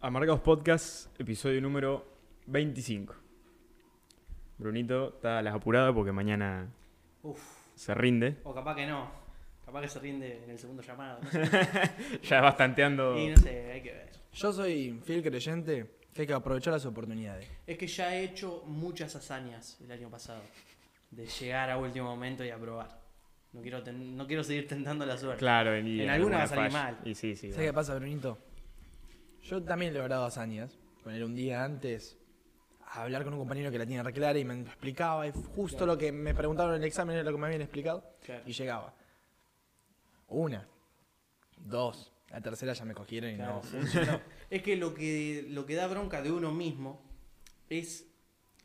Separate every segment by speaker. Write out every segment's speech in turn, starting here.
Speaker 1: Amargados Podcast, episodio número 25. Brunito está a las apuradas porque mañana
Speaker 2: Uf,
Speaker 1: se rinde.
Speaker 2: o capaz que no. Capaz que se rinde en el segundo llamado. No sé.
Speaker 1: ya va tanteando.
Speaker 2: Y no sé, hay que ver.
Speaker 3: Yo soy fiel creyente que hay que aprovechar las oportunidades.
Speaker 2: Es que ya he hecho muchas hazañas el año pasado. De llegar a último momento y aprobar. No quiero, ten- no quiero seguir tentando la suerte.
Speaker 1: Claro, y
Speaker 2: En alguna va a salir
Speaker 1: falla.
Speaker 2: mal.
Speaker 1: Y sí, sí.
Speaker 3: ¿Sabes qué pasa, Brunito? Yo también he logrado hazañas. Poner un día antes a hablar con un compañero que la tiene reclara y me explicaba y justo lo que me preguntaron en el examen era lo que me habían explicado
Speaker 2: Claro.
Speaker 3: y llegaba. Una, dos, la tercera ya me cogieron y
Speaker 2: Claro,
Speaker 3: no.
Speaker 2: funcionó. es que lo, que lo que da bronca de uno mismo es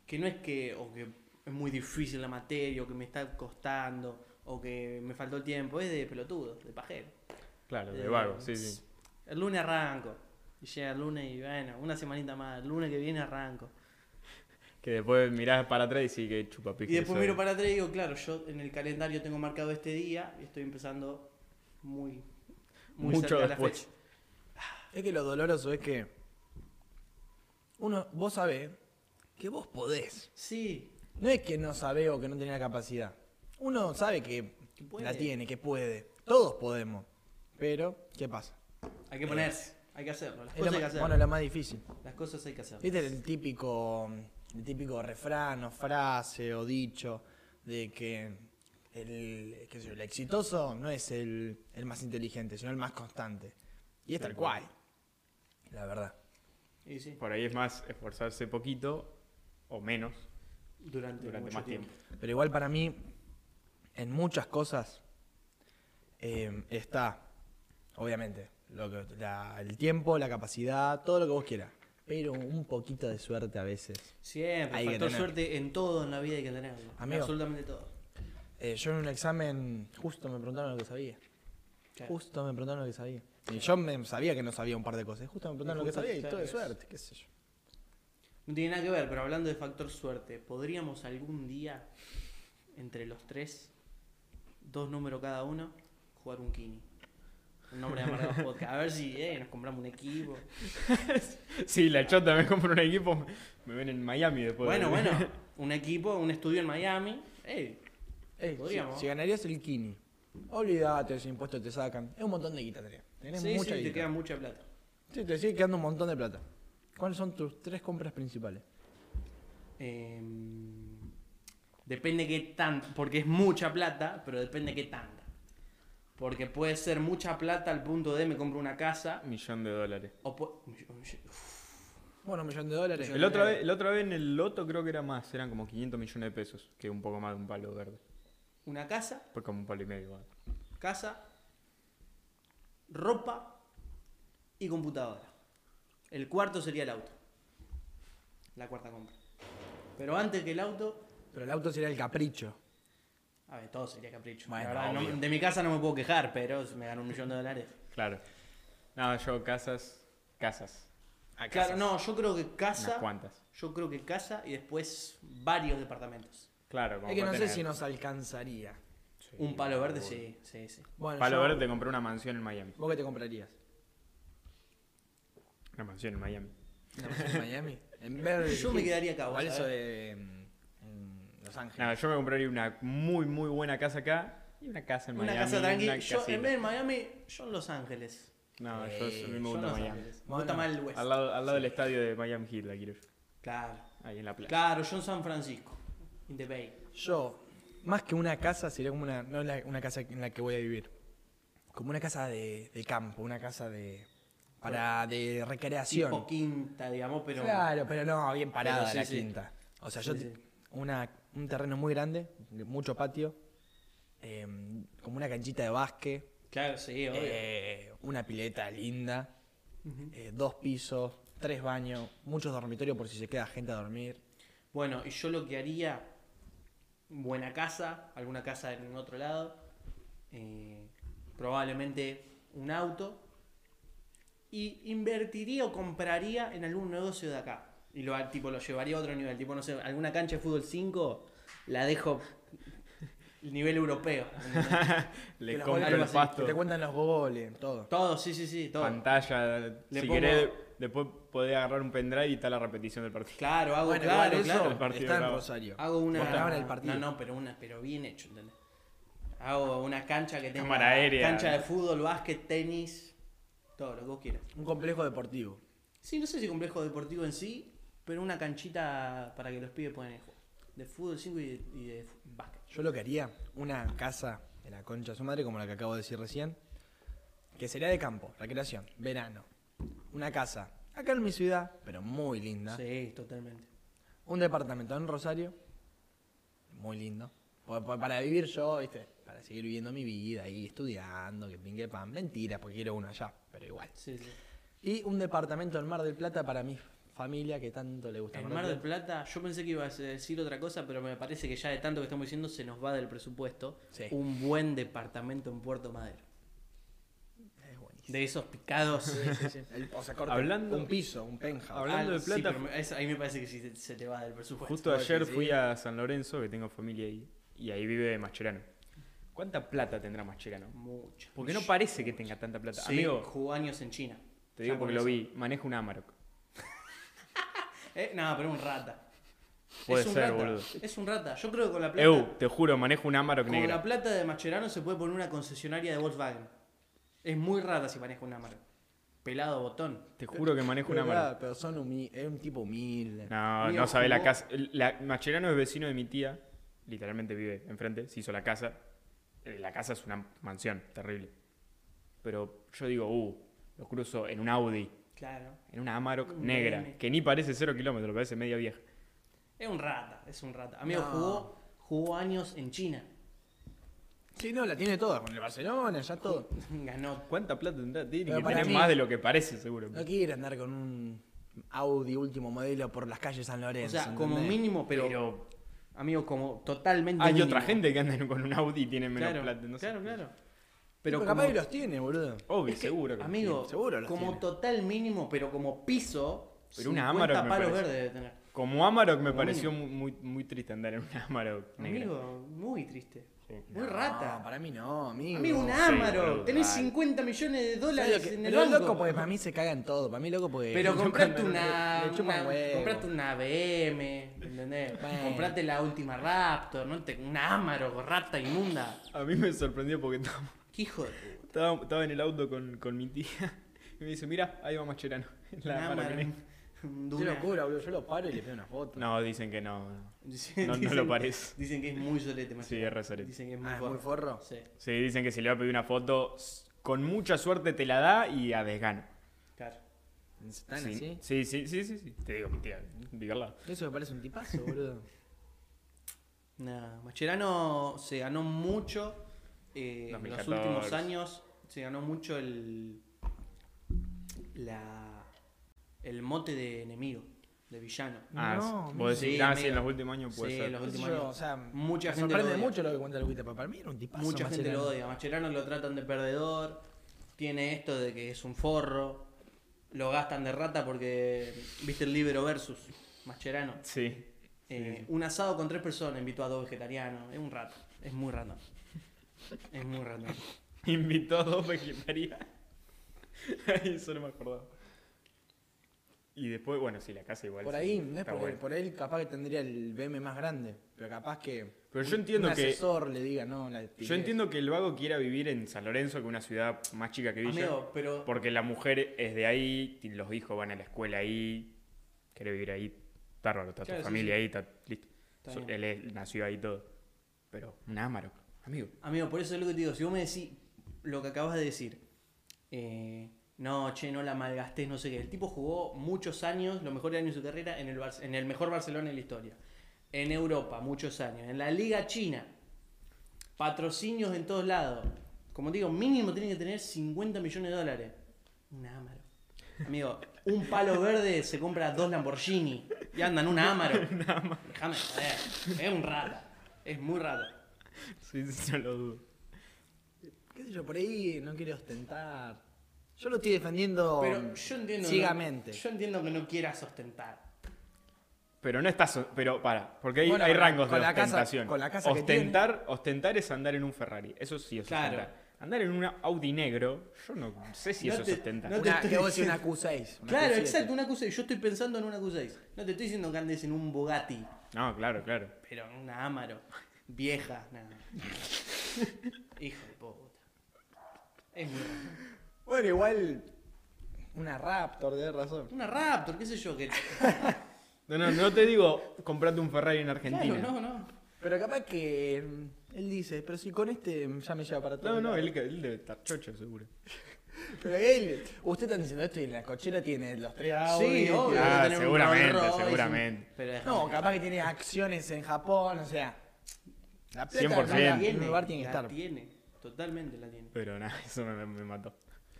Speaker 2: que no es que, o que es muy difícil la materia, o que me está costando, o que me faltó el tiempo. Es de pelotudo, de pajero.
Speaker 1: Claro, de
Speaker 2: Eh,
Speaker 1: vago, sí, sí.
Speaker 2: El lunes arranco. Y llega el lunes y bueno, una semanita más. El lunes que viene arranco.
Speaker 1: Que después mirás para atrás y sí que chupa
Speaker 2: Y después miro para atrás y digo, claro, yo en el calendario tengo marcado este día y estoy empezando muy, muy
Speaker 1: Mucho
Speaker 2: cerca de la
Speaker 1: después.
Speaker 2: fecha.
Speaker 3: Es que lo doloroso es que uno, vos sabés que vos podés.
Speaker 2: Sí,
Speaker 3: No es que no sabe o que no tenía la capacidad. Uno sabe que
Speaker 2: Que puede.
Speaker 3: la tiene, que puede. Todos podemos. Pero, ¿qué pasa?
Speaker 2: hay que ponerse, hay que hacerlo. Las
Speaker 3: Es
Speaker 2: cosas
Speaker 3: lo
Speaker 2: hay que
Speaker 3: ma-
Speaker 2: hacerlo.
Speaker 3: bueno, lo más difícil.
Speaker 2: Las cosas hay que hacerlo.
Speaker 3: Este es el típico, el típico refrán o frase o dicho de que el, qué sé yo, el exitoso no es el, el más inteligente, sino el más constante. Y es
Speaker 1: Tal
Speaker 3: tal cual. La verdad.
Speaker 2: Y sí,
Speaker 1: Por ahí es más esforzarse poquito o menos
Speaker 2: durante,
Speaker 1: durante
Speaker 2: mucho
Speaker 1: más tiempo.
Speaker 3: Pero igual para mí, en muchas cosas, eh, está, obviamente, lo que- la- el tiempo, la capacidad, todo lo que vos quieras. Pero un poquito de suerte a veces.
Speaker 2: Siempre,
Speaker 3: Hay que
Speaker 2: factor
Speaker 3: tener.
Speaker 2: suerte en todo en la vida hay que tenerlo.
Speaker 3: Amigo.
Speaker 2: Absolutamente todo.
Speaker 3: Eh, yo en un examen, justo me preguntaron lo que sabía.
Speaker 2: Claro.
Speaker 3: Justo me preguntaron lo que sabía. Y yo me sabía que no sabía un par de cosas. Justo me preguntaron lo que
Speaker 2: Justo,
Speaker 3: sabía y
Speaker 2: claro,
Speaker 3: todo de
Speaker 2: es.
Speaker 3: suerte, qué sé yo.
Speaker 2: No tiene nada que ver, pero hablando de factor suerte, ¿podríamos algún día, entre los tres, dos números cada uno, jugar un Kini? El nombre de Amargados Podcast. A ver si eh, nos compramos un equipo.
Speaker 1: Sí, la chota me compro un equipo, me ven en Miami después.
Speaker 2: Bueno,
Speaker 1: de-
Speaker 2: bueno, un equipo, un estudio en Miami. eh, Ey,
Speaker 3: Ey,
Speaker 2: Podríamos.
Speaker 3: si, si ganarías el Kini, olvídate, los impuestos te sacan. Es un montón de guita, tenés. Tenés
Speaker 2: sí, sí,
Speaker 3: mucha
Speaker 2: te
Speaker 3: guita.
Speaker 2: queda mucha plata.
Speaker 3: Sí, te sigue quedando un montón de plata. ¿Cuáles son tus tres compras principales?
Speaker 2: Em, depende qué tanto, porque es mucha plata, pero depende qué tanta. Porque puede ser mucha plata al punto de me compro una casa.
Speaker 1: Millón de dólares.
Speaker 2: O pu-
Speaker 3: Bueno, un millón de dólares.
Speaker 1: El otro vez, la otra vez en el loto creo que era más, eran como 500 millones de pesos, que un poco más de un palo verde.
Speaker 2: una casa,
Speaker 1: Fue como un palo y medio. bueno.
Speaker 2: casa, ropa y computadora. El cuarto sería el auto. La cuarta compra. Pero antes que el auto,
Speaker 3: Pero el auto sería el capricho.
Speaker 2: a ver, todo sería capricho.
Speaker 3: Bueno,
Speaker 2: La verdad, no-
Speaker 3: obvio.
Speaker 2: de mi casa no me puedo quejar, pero me ganó un millón de dólares.
Speaker 1: Claro. No, yo casas, casas.
Speaker 2: Claro, no, yo creo que
Speaker 1: Unas
Speaker 2: casa,
Speaker 1: cuantas.
Speaker 2: yo creo que casa y después varios departamentos.
Speaker 1: Claro, como
Speaker 3: es que no
Speaker 1: para
Speaker 3: sé
Speaker 1: tener.
Speaker 3: si nos alcanzaría.
Speaker 1: Sí,
Speaker 2: un palo verde,
Speaker 1: seguro.
Speaker 2: sí, sí, sí.
Speaker 3: Bueno,
Speaker 1: Palo
Speaker 3: yo-
Speaker 1: verde te compré una mansión en Miami.
Speaker 3: ¿Vos qué te comprarías?
Speaker 1: Una mansión en Miami.
Speaker 3: ¿Una mansión en Miami? En Beverly
Speaker 2: Yo me
Speaker 3: Hills.
Speaker 2: quedaría acá, vos
Speaker 3: Igual eso
Speaker 2: sabés.
Speaker 3: de em, en Los Ángeles.
Speaker 1: Nada, yo me compraría una muy, muy buena casa acá y una casa en
Speaker 2: Una
Speaker 1: Miami.
Speaker 2: casa tranquila.
Speaker 1: una
Speaker 2: Yo en
Speaker 1: casita.
Speaker 2: vez de Miami, yo en Los Ángeles.
Speaker 1: No, yo
Speaker 3: Eh,
Speaker 1: a mí me
Speaker 2: Yo en
Speaker 1: gusta
Speaker 2: Los
Speaker 1: Miami.
Speaker 2: Ángeles. Me gusta
Speaker 3: Bueno.
Speaker 2: más el West.
Speaker 1: Al lado, al lado del estadio de Miami Heat, la quiero yo.
Speaker 2: Claro.
Speaker 1: Ahí en la playa.
Speaker 2: Claro, yo en San Francisco. In the Bay.
Speaker 3: Yo, más que una casa, sería como una, no la- una casa en la que voy a vivir. Como una casa de, de campo, una casa de. para. de recreación.
Speaker 2: Tipo quinta, digamos, pero.
Speaker 3: Claro, pero no, bien parada
Speaker 2: Pero sí,
Speaker 3: la
Speaker 2: sí.
Speaker 3: quinta. O sea,
Speaker 2: Sí,
Speaker 3: yo
Speaker 2: sí.
Speaker 3: te- una, un terreno muy grande, mucho patio, eh, como una canchita de básquet,
Speaker 2: Claro, sí, obvio.
Speaker 3: eh, una pileta linda,
Speaker 2: Ujú.
Speaker 3: eh, dos pisos, tres baños, muchos dormitorios por si se queda gente a dormir.
Speaker 2: Bueno, y yo lo que haría, buena casa, alguna casa en otro lado, eh, probablemente un auto, y invertiría o compraría en algún negocio de acá. Y lo, tipo, lo llevaría a otro nivel, tipo, no sé, alguna cancha de fútbol 5, la dejo nivel europeo. ¿entendés?
Speaker 3: Que
Speaker 1: Le
Speaker 3: los
Speaker 1: compro
Speaker 3: goles-
Speaker 1: el
Speaker 2: así,
Speaker 3: que
Speaker 1: pasto,
Speaker 3: te cuentan los goles, todo.
Speaker 2: todo, sí, sí, sí, todo.
Speaker 1: pantalla,
Speaker 2: Le
Speaker 1: si
Speaker 2: pongo-
Speaker 1: querés, Después podés agarrar un pendrive y está la repetición del partido.
Speaker 2: Claro, hago,
Speaker 3: Bueno,
Speaker 2: Oh, claro,
Speaker 3: igual eso
Speaker 2: claro.
Speaker 1: El partido
Speaker 3: está en
Speaker 1: bravo.
Speaker 3: Rosario.
Speaker 2: Hago
Speaker 3: Vos graban
Speaker 2: una.
Speaker 3: el partido.
Speaker 2: No, no, pero una, pero bien hecho, ¿entendés? Hago una cancha que tenga.
Speaker 1: Cámara aérea.
Speaker 2: Cancha de fútbol, básquet, tenis, todo lo que vos quieras.
Speaker 3: Un complejo deportivo.
Speaker 2: Sí, no sé si complejo deportivo en sí, pero una canchita para que los pibes puedan jugar. De fútbol 5 y de, y de fu- básquet.
Speaker 3: Yo lo que haría, una casa de la concha de su madre, como la que acabo de decir recién, que sería de campo, recreación, verano. Una casa, acá en mi ciudad, pero muy linda.
Speaker 2: Sí, totalmente.
Speaker 3: Un departamento en Rosario, muy lindo. Pa- pa- Para vivir yo, ¿viste? Para seguir viviendo mi vida ahí, estudiando, que pingue pan. Mentira, porque quiero uno allá, pero igual.
Speaker 2: Sí, sí.
Speaker 3: Y un departamento en Mar del Plata para mi familia que tanto le gusta.
Speaker 2: En Mar del Plata, yo pensé que ibas a decir otra cosa, pero me parece que ya de tanto que estamos diciendo se nos va del presupuesto.
Speaker 3: Sí.
Speaker 2: Un buen departamento en Puerto Madero.
Speaker 3: Es buenísimo.
Speaker 2: De esos picados.
Speaker 3: El- o sea, corta
Speaker 1: Hablando-
Speaker 3: un piso, un penthouse.
Speaker 1: Hablando
Speaker 2: Ah,
Speaker 1: de
Speaker 2: sí,
Speaker 1: plata-
Speaker 2: pero me- eso- ahí me parece que sí se- se te va del presupuesto.
Speaker 1: Justo
Speaker 3: Bueno,
Speaker 1: ayer
Speaker 3: sí.
Speaker 1: fui a San Lorenzo, que tengo familia ahí, y ahí vive Mascherano. ¿Cuánta plata tendrá Mascherano?
Speaker 2: Mucho.
Speaker 1: Porque no parece que tenga tanta plata.
Speaker 2: Sí,
Speaker 1: Amigo,
Speaker 2: jugó años en China.
Speaker 1: te digo
Speaker 2: Ya
Speaker 1: porque
Speaker 2: con
Speaker 1: lo
Speaker 2: eso.
Speaker 1: vi, maneja un Amarok.
Speaker 2: Eh, no, pero es un rata.
Speaker 1: Puede
Speaker 2: es un
Speaker 1: ser,
Speaker 2: rata.
Speaker 1: boludo.
Speaker 2: Es un rata. Yo creo que con la plata,
Speaker 1: Eu, te juro, maneja un Amarok
Speaker 2: con
Speaker 1: negra.
Speaker 2: la plata de Mascherano se puede poner una concesionaria de Volkswagen. Es muy rata si maneja una marca. Pelado botón.
Speaker 1: Te juro que maneja un
Speaker 3: Pero,
Speaker 1: Amarok.
Speaker 3: claro, pero son humi- es un tipo humilde.
Speaker 1: No,
Speaker 2: Amigo,
Speaker 1: no sabe la
Speaker 2: jugó-
Speaker 1: casa. La, Mascherano es vecino de mi tía, literalmente vive enfrente, se hizo la casa. Eh, La casa es una mansión, terrible. Pero yo digo, uh, lo cruzo en un Audi,
Speaker 2: Claro.
Speaker 1: en una Amarok
Speaker 2: Un
Speaker 1: negra,
Speaker 2: BM.
Speaker 1: que ni parece cero kilómetros, parece media vieja.
Speaker 2: Es un rata, es un rata. Amigo,
Speaker 3: No.
Speaker 2: jugó, jugó años en China.
Speaker 3: Sí, no, la tiene toda. Con el Barcelona, ya todo.
Speaker 2: Ganó.
Speaker 1: ¿Cuánta plata tendrá? Tiene
Speaker 3: Pero
Speaker 1: que
Speaker 3: para
Speaker 1: tener
Speaker 3: mí-
Speaker 1: más de lo que parece, seguro.
Speaker 3: No quiere andar con un Audi último modelo por las calles San
Speaker 2: O
Speaker 3: Lorenzo.
Speaker 2: sea, como
Speaker 3: ¿entendés?
Speaker 2: mínimo, pero,
Speaker 1: Pero
Speaker 2: Amigo, como totalmente.
Speaker 1: hay
Speaker 2: mínimo.
Speaker 1: otra gente que anda con un Audi y tiene menos
Speaker 2: Claro,
Speaker 1: plata. No sé.
Speaker 2: claro, claro. Pero
Speaker 3: Pero capaz
Speaker 2: como-
Speaker 3: que los tiene, boludo.
Speaker 1: Obvio,
Speaker 2: Es que,
Speaker 1: seguro. que-
Speaker 2: amigo,
Speaker 3: tiene, seguro los
Speaker 2: como
Speaker 3: tiene.
Speaker 2: total mínimo, pero como piso,
Speaker 1: Pero una Amarok me
Speaker 2: palos
Speaker 1: parece.
Speaker 2: verdes debe tener.
Speaker 1: Como Amarok me
Speaker 2: Como
Speaker 1: pareció muy, muy, muy triste andar en un Amarok negra.
Speaker 2: Amigo, muy triste.
Speaker 1: Sí.
Speaker 2: Muy
Speaker 3: No,
Speaker 2: rata.
Speaker 3: Para mí no, amigo.
Speaker 2: Amigo, un
Speaker 1: sí,
Speaker 2: Amarok.
Speaker 1: boludo,
Speaker 2: Tenés
Speaker 1: dale.
Speaker 2: 50 millones de
Speaker 3: ¿Sabes
Speaker 2: dólares
Speaker 3: lo que-
Speaker 2: en el
Speaker 3: pero es
Speaker 2: banco.
Speaker 3: loco porque para mí se cagan todo. Para mí loco porque.
Speaker 2: Pero compraste
Speaker 3: le-
Speaker 2: una,
Speaker 3: Le chupan
Speaker 2: una-
Speaker 3: huevo.
Speaker 2: compraste una BM, ¿entendés?
Speaker 3: Bueno.
Speaker 2: Compraste la última Raptor, ¿no? Te- una Amarok, rata inmunda.
Speaker 1: A mí me sorprendió porque estábamos-
Speaker 2: Qué hijo de puta.
Speaker 1: estaba, estaba en el auto con, con mi tía y me dice, mira, ahí va Mascherano. en la
Speaker 2: Una
Speaker 1: Amarok
Speaker 2: Amarok.
Speaker 1: negra.
Speaker 2: un
Speaker 3: Yo lo
Speaker 2: Duna.
Speaker 3: cubro, boludo. Yo lo paro y le pego una foto.
Speaker 1: No, dicen que no. no.
Speaker 2: Dicen-
Speaker 1: No, no lo
Speaker 2: dicen-
Speaker 1: parece.
Speaker 2: Dicen que es muy solete,
Speaker 1: Sí,
Speaker 2: Mascherano.
Speaker 1: es re sorete.
Speaker 2: Dicen que es muy
Speaker 3: Ah, ¿es muy
Speaker 2: forro.
Speaker 3: forro.
Speaker 2: Sí,
Speaker 1: Sí, dicen que si le va a pedir una foto, s- con mucha suerte te la da y a desgano.
Speaker 2: claro.
Speaker 3: ¿Están
Speaker 1: sí.
Speaker 3: así?
Speaker 1: Sí, sí, sí, sí, sí. Te digo, mi tía, diga la-
Speaker 3: Eso me parece un tipazo, boludo.
Speaker 2: Nah, Mascherano se ganó mucho eh, en los
Speaker 1: 2014.
Speaker 2: últimos años. Se ganó mucho el. La, el mote de enemigo, de villano.
Speaker 1: Ah,
Speaker 3: No,
Speaker 1: sí. vos
Speaker 2: sí,
Speaker 1: decís, ah, sí,
Speaker 2: amigo.
Speaker 1: en los últimos años puede
Speaker 2: Sí,
Speaker 1: ser.
Speaker 2: los
Speaker 3: Qué sé
Speaker 2: últimos
Speaker 3: yo,
Speaker 2: años.
Speaker 3: o sea,
Speaker 2: Mucha
Speaker 3: me
Speaker 2: gente lo
Speaker 3: sorprende
Speaker 2: odia.
Speaker 3: mucho lo que cuenta Luquita, pero para mí era un tipazo.
Speaker 2: Mucha gente
Speaker 3: Mascherano.
Speaker 2: lo odia. Mascherano lo tratan de perdedor. Tiene esto de que es un forro. Lo gastan de rata porque. ¿Viste el libro versus? Mascherano.
Speaker 1: Sí.
Speaker 2: Eh, Un asado con tres personas invitó a dos vegetarianos. Es un rato. Es muy random. Es muy random.
Speaker 1: Invitó a dos vegetarianos. Eso no me acordaba. Y después, bueno, sí, la casa igual.
Speaker 3: Por
Speaker 1: sí,
Speaker 3: ahí, no es
Speaker 1: está
Speaker 3: por,
Speaker 1: buena.
Speaker 3: él, por él, capaz que tendría el BM más grande. Pero capaz que.
Speaker 1: Pero yo
Speaker 3: un-
Speaker 1: entiendo
Speaker 3: un
Speaker 1: que-
Speaker 3: asesor le diga, no, la
Speaker 1: Yo
Speaker 3: tiré.
Speaker 1: entiendo que el vago quiera vivir en San Lorenzo, que es una ciudad más chica que Villa.
Speaker 2: Amigo, pero.
Speaker 1: Porque la mujer es de ahí, ti- los hijos van a la escuela ahí, quiere vivir ahí. Bárbaro, está
Speaker 2: Claro,
Speaker 1: tu
Speaker 2: sí,
Speaker 1: familia
Speaker 2: sí.
Speaker 1: ahí, está listo.
Speaker 2: Está
Speaker 1: So-
Speaker 2: bien.
Speaker 1: él es- nació ahí y todo. Pero un ámaro, amigo.
Speaker 2: Amigo, por eso es lo que te digo. Si vos me decís lo que acabas de decir. eh, no, che, no la malgastés, no sé qué. El tipo jugó muchos años, los mejores años de su carrera, en el, Barce- en el mejor Barcelona en la historia. En Europa, muchos años. En la Liga China. Patrocinios en todos lados. Como digo, mínimo tiene que tener 50 millones de dólares. Un Amaro. Amigo, un palo verde se compra dos Lamborghini y andan un Amaro. Déjame joder. Es un rata. Es muy rata.
Speaker 1: Sí, sí, no lo dudo.
Speaker 3: ¿Qué sé yo? Por ahí no quiere ostentar. Yo lo estoy defendiendo
Speaker 2: Pero yo entiendo.
Speaker 3: ciegamente.
Speaker 2: no- yo entiendo que no quieras ostentar.
Speaker 1: Pero no estás. Pero para, porque hay,
Speaker 3: Bueno,
Speaker 1: hay
Speaker 3: con la-
Speaker 1: rangos
Speaker 3: con
Speaker 1: de
Speaker 3: la casa-
Speaker 1: ostentación.
Speaker 3: con la casa que
Speaker 1: ostentar, ostentar es andar en un Ferrari. Eso sí es
Speaker 2: Claro.
Speaker 1: ostentar. Andar en un Audi negro, yo no sé si
Speaker 2: No
Speaker 1: eso
Speaker 2: te-
Speaker 1: es ostentar.
Speaker 2: no te
Speaker 3: Una-
Speaker 2: estoy
Speaker 3: ¿Qué vos decís? Una
Speaker 2: diciendo.
Speaker 3: Q6. una
Speaker 2: Claro,
Speaker 3: Q7.
Speaker 2: exacto, una Q6. Yo estoy pensando en una Q6. No te estoy diciendo que andes en un Bugatti,
Speaker 1: No, claro, claro.
Speaker 2: pero en una Amaro. Vieja, nada. Hijo de puta. Es muy raro.
Speaker 3: Bueno, igual. Una Raptor, de razón.
Speaker 2: Una Raptor, qué sé yo. Que...
Speaker 1: No, no, no te digo comprate un Ferrari en Argentina.
Speaker 2: Claro, no, no.
Speaker 3: Pero capaz que. mm, Él dice, pero si con este ya me lleva para todo.
Speaker 1: no, no,
Speaker 3: lado".
Speaker 1: él, él debe estar chocho seguro.
Speaker 3: Pero él. Usted está diciendo esto y en la cochera tiene los tres Audi.
Speaker 2: Sí,
Speaker 3: tiene-
Speaker 2: obvio.
Speaker 1: Ah,
Speaker 2: debe tener un
Speaker 1: seguramente,
Speaker 2: Rolls Royce, un-
Speaker 1: seguramente.
Speaker 2: Pero déjame.
Speaker 3: No, capaz que tiene acciones en Japón, o sea. La plata
Speaker 1: 100%.
Speaker 3: en algún lugar tiene que
Speaker 2: la
Speaker 3: estar.
Speaker 2: tiene, totalmente la tiene.
Speaker 1: Pero nada, eso me, me mató.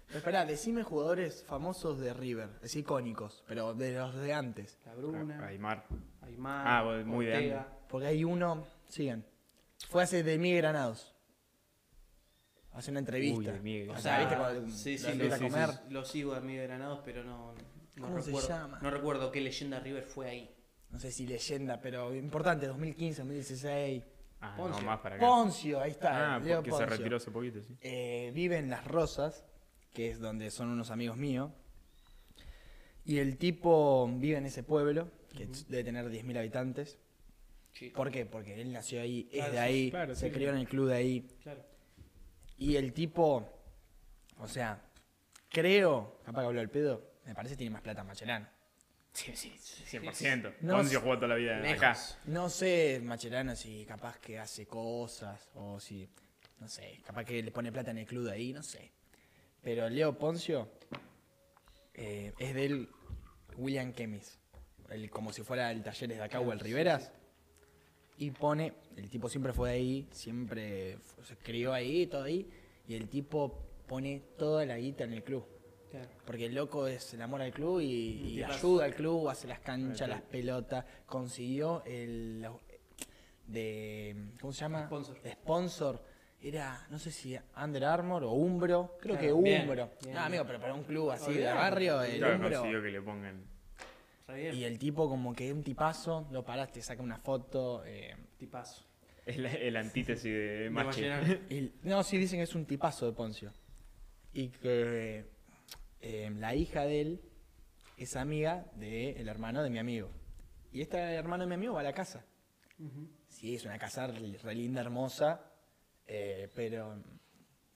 Speaker 3: Pero esperá, decime jugadores famosos de River, es icónicos, pero de los de antes.
Speaker 2: La Bruna,
Speaker 1: Aymar.
Speaker 2: Aymar,
Speaker 1: Ah, bueno, muy de
Speaker 2: Ortega.
Speaker 1: antes.
Speaker 3: Porque hay uno, sigan. Fue hace de Miguel Granados. Hace una entrevista.
Speaker 1: Uy, de Miguel.
Speaker 3: O
Speaker 2: O
Speaker 1: Ah,
Speaker 3: sea,
Speaker 2: sea,
Speaker 3: ¿viste cuando
Speaker 2: sí,
Speaker 3: lo
Speaker 2: sí,
Speaker 3: invitan
Speaker 2: lo,
Speaker 3: a comer?
Speaker 2: sí, lo sigo a mí de Granados, pero no, no
Speaker 3: ¿Cómo se
Speaker 2: recuerdo,
Speaker 3: llama?
Speaker 2: no recuerdo qué leyenda River fue ahí.
Speaker 3: No sé si leyenda, pero importante, 2015, 2016.
Speaker 1: Ah,
Speaker 2: Poncio.
Speaker 1: no, más para acá.
Speaker 3: Poncio, ahí está.
Speaker 1: Ah,
Speaker 3: Leo
Speaker 1: porque se
Speaker 3: Poncio.
Speaker 1: retiró hace poquito, sí.
Speaker 3: Eh, vive en Las Rosas, que es donde son unos amigos míos. Y el tipo vive en ese pueblo, que t- debe tener 10.000 habitantes.
Speaker 2: Chico,
Speaker 3: ¿Por qué? Porque él nació ahí,
Speaker 2: Claro,
Speaker 3: es de
Speaker 2: sí,
Speaker 3: ahí,
Speaker 1: claro,
Speaker 3: se
Speaker 1: sí.
Speaker 3: crió en el club de ahí.
Speaker 2: claro.
Speaker 3: Y el tipo, o sea, creo, capaz que habló al pedo, me parece que tiene más plata Macherano.
Speaker 1: Sí, sí, 100%.
Speaker 3: No
Speaker 1: Poncio
Speaker 3: sé.
Speaker 1: jugó toda la vida acá.
Speaker 2: Lejos.
Speaker 3: No sé, Macherano, si capaz que hace cosas o si, no sé, capaz que le pone plata en el club de ahí, no sé. Pero Leo Poncio eh, es del William Kemis, el, como si fuera el Talleres de acá o el Riveras. Y pone, el tipo siempre fue de ahí, siempre fu- se crió ahí, todo ahí. Y el tipo pone toda la guita en el club.
Speaker 2: claro.
Speaker 3: Porque el loco es el amor al club y, y
Speaker 2: Tipazo.
Speaker 3: ayuda al club, hace las canchas, las pelotas. Consiguió el. la- de, ¿Cómo se llama?
Speaker 2: Sponsor.
Speaker 3: Sponsor. Era, no sé si Under Armour o Umbro. Creo que
Speaker 2: Claro, bien,
Speaker 3: Umbro.
Speaker 2: bien,
Speaker 3: ah, amigo,
Speaker 2: bien.
Speaker 3: pero para un club así de
Speaker 2: Olvidate.
Speaker 3: barrio, el
Speaker 1: Claro,
Speaker 3: Umbro.
Speaker 1: consiguió que le pongan.
Speaker 2: Re bien,
Speaker 3: Y el tipo, como que un tipazo, lo paraste, saca una foto. eh,
Speaker 2: tipazo.
Speaker 1: El, el antítesis de
Speaker 2: De
Speaker 1: Machi.
Speaker 2: Mascherano.
Speaker 3: Y- no, sí, dicen que es un tipazo de Poncio. Y que eh, la hija de él es amiga del hermano de mi amigo. Y este hermano de mi amigo va a la casa.
Speaker 2: Ujú.
Speaker 3: Sí, es una casa re re linda, hermosa, eh, pero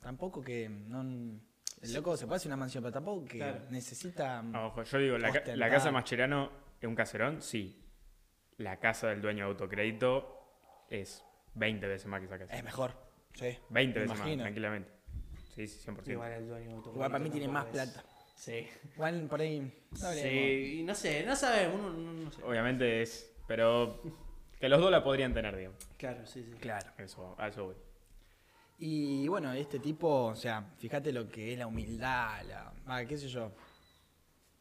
Speaker 3: tampoco que... No, el loco se puede hacer una mansión, pero tampoco que
Speaker 2: Claro.
Speaker 3: necesita...
Speaker 1: Ah, ojo, yo digo, la, ca-
Speaker 3: Ostentar.
Speaker 1: la casa Mascherano es un caserón, sí. La casa del dueño de autocrédito es 20 veces más que esa casa.
Speaker 3: Es mejor, sí.
Speaker 1: 20
Speaker 3: me
Speaker 1: veces
Speaker 3: imagino.
Speaker 1: más, tranquilamente. Sí, sí, 100%.
Speaker 2: Igual el dueño de Autogol
Speaker 3: Igual para mí tiene
Speaker 2: tampoco
Speaker 3: más
Speaker 2: es-
Speaker 3: plata.
Speaker 2: Sí.
Speaker 3: Igual por ahí... no hablemos.
Speaker 2: Sí, y no sé, no sabemos, uno no, no sé.
Speaker 1: Obviamente es. Pero que los dos la podrían tener, digamos.
Speaker 2: Claro, sí, sí.
Speaker 3: Claro.
Speaker 1: Eso, a eso voy.
Speaker 3: Y bueno, este tipo, o sea, fíjate lo que es la humildad, la, ah, qué sé yo.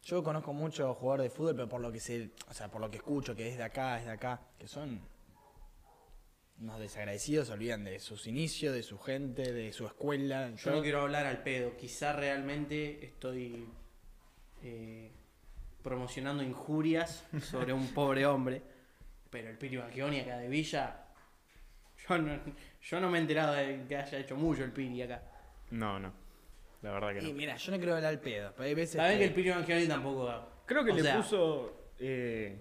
Speaker 3: Yo conozco muchos jugadores de fútbol, pero por lo que sé, o sea, por lo que escucho, que es de acá, es de acá, que son unos desagradecidos, se olvidan de sus inicios, de su gente, de su escuela.
Speaker 2: Yo no quiero hablar al pedo, quizá realmente estoy eh, promocionando injurias sobre un pobre hombre, pero el Piri Bacchioni acá de Villa, yo no, yo no me he enterado de que haya hecho mucho el Piri acá.
Speaker 1: No, no. La verdad que
Speaker 3: Y
Speaker 1: no.
Speaker 3: mira, yo no quiero hablar al pedo, pero hay veces
Speaker 2: Saben que
Speaker 3: que-
Speaker 2: el Piri Bacchioni tampoco...
Speaker 1: Creo que
Speaker 2: o
Speaker 1: le
Speaker 2: sea,
Speaker 1: puso. eh,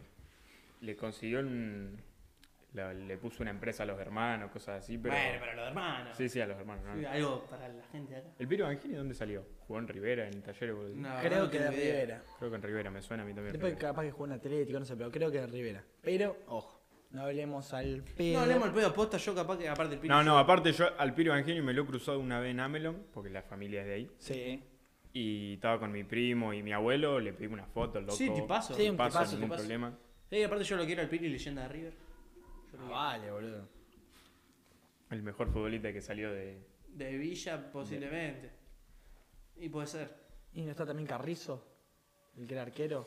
Speaker 1: le consiguió un. la- le puso una empresa a los hermanos, cosas así, pero.
Speaker 2: Bueno, para los hermanos.
Speaker 1: Sí, sí, a los hermanos. no, no.
Speaker 2: Algo para la gente de acá.
Speaker 1: ¿El Piro Bangini dónde salió? ¿Jugó en Rivera, en Talleres? boludo?
Speaker 2: No.
Speaker 3: creo
Speaker 2: no
Speaker 3: que de
Speaker 2: tengo idea.
Speaker 3: Rivera.
Speaker 1: Creo que en Rivera, me suena a mí también.
Speaker 3: Después
Speaker 1: Rivera.
Speaker 3: capaz que juega en Atlético, no sé, pero creo que de Rivera. Pero, ojo, no hablemos al pedo.
Speaker 2: No hablemos al pedo, posta yo capaz que aparte el Piri...
Speaker 1: Eh, No, no, aparte yo al Piro Bangini me lo he cruzado una vez en Amelon, porque la familia es de ahí.
Speaker 3: Sí.
Speaker 1: Y estaba con mi primo y mi abuelo, le pedimos una foto, el loco.
Speaker 2: Sí, tipazo.
Speaker 3: Sí, un
Speaker 1: Tipazo,
Speaker 3: tipazo,
Speaker 1: ningún
Speaker 2: tipazo.
Speaker 1: problema.
Speaker 2: Eh, aparte yo lo quiero al Piri leyenda de River. Yo lo
Speaker 3: No
Speaker 2: quiero.
Speaker 3: ah, vale, boludo.
Speaker 1: El mejor futbolista que salió de.
Speaker 2: De Villa posiblemente. Y puede ser.
Speaker 3: ¿Y no está también Carrizo? El que era arquero.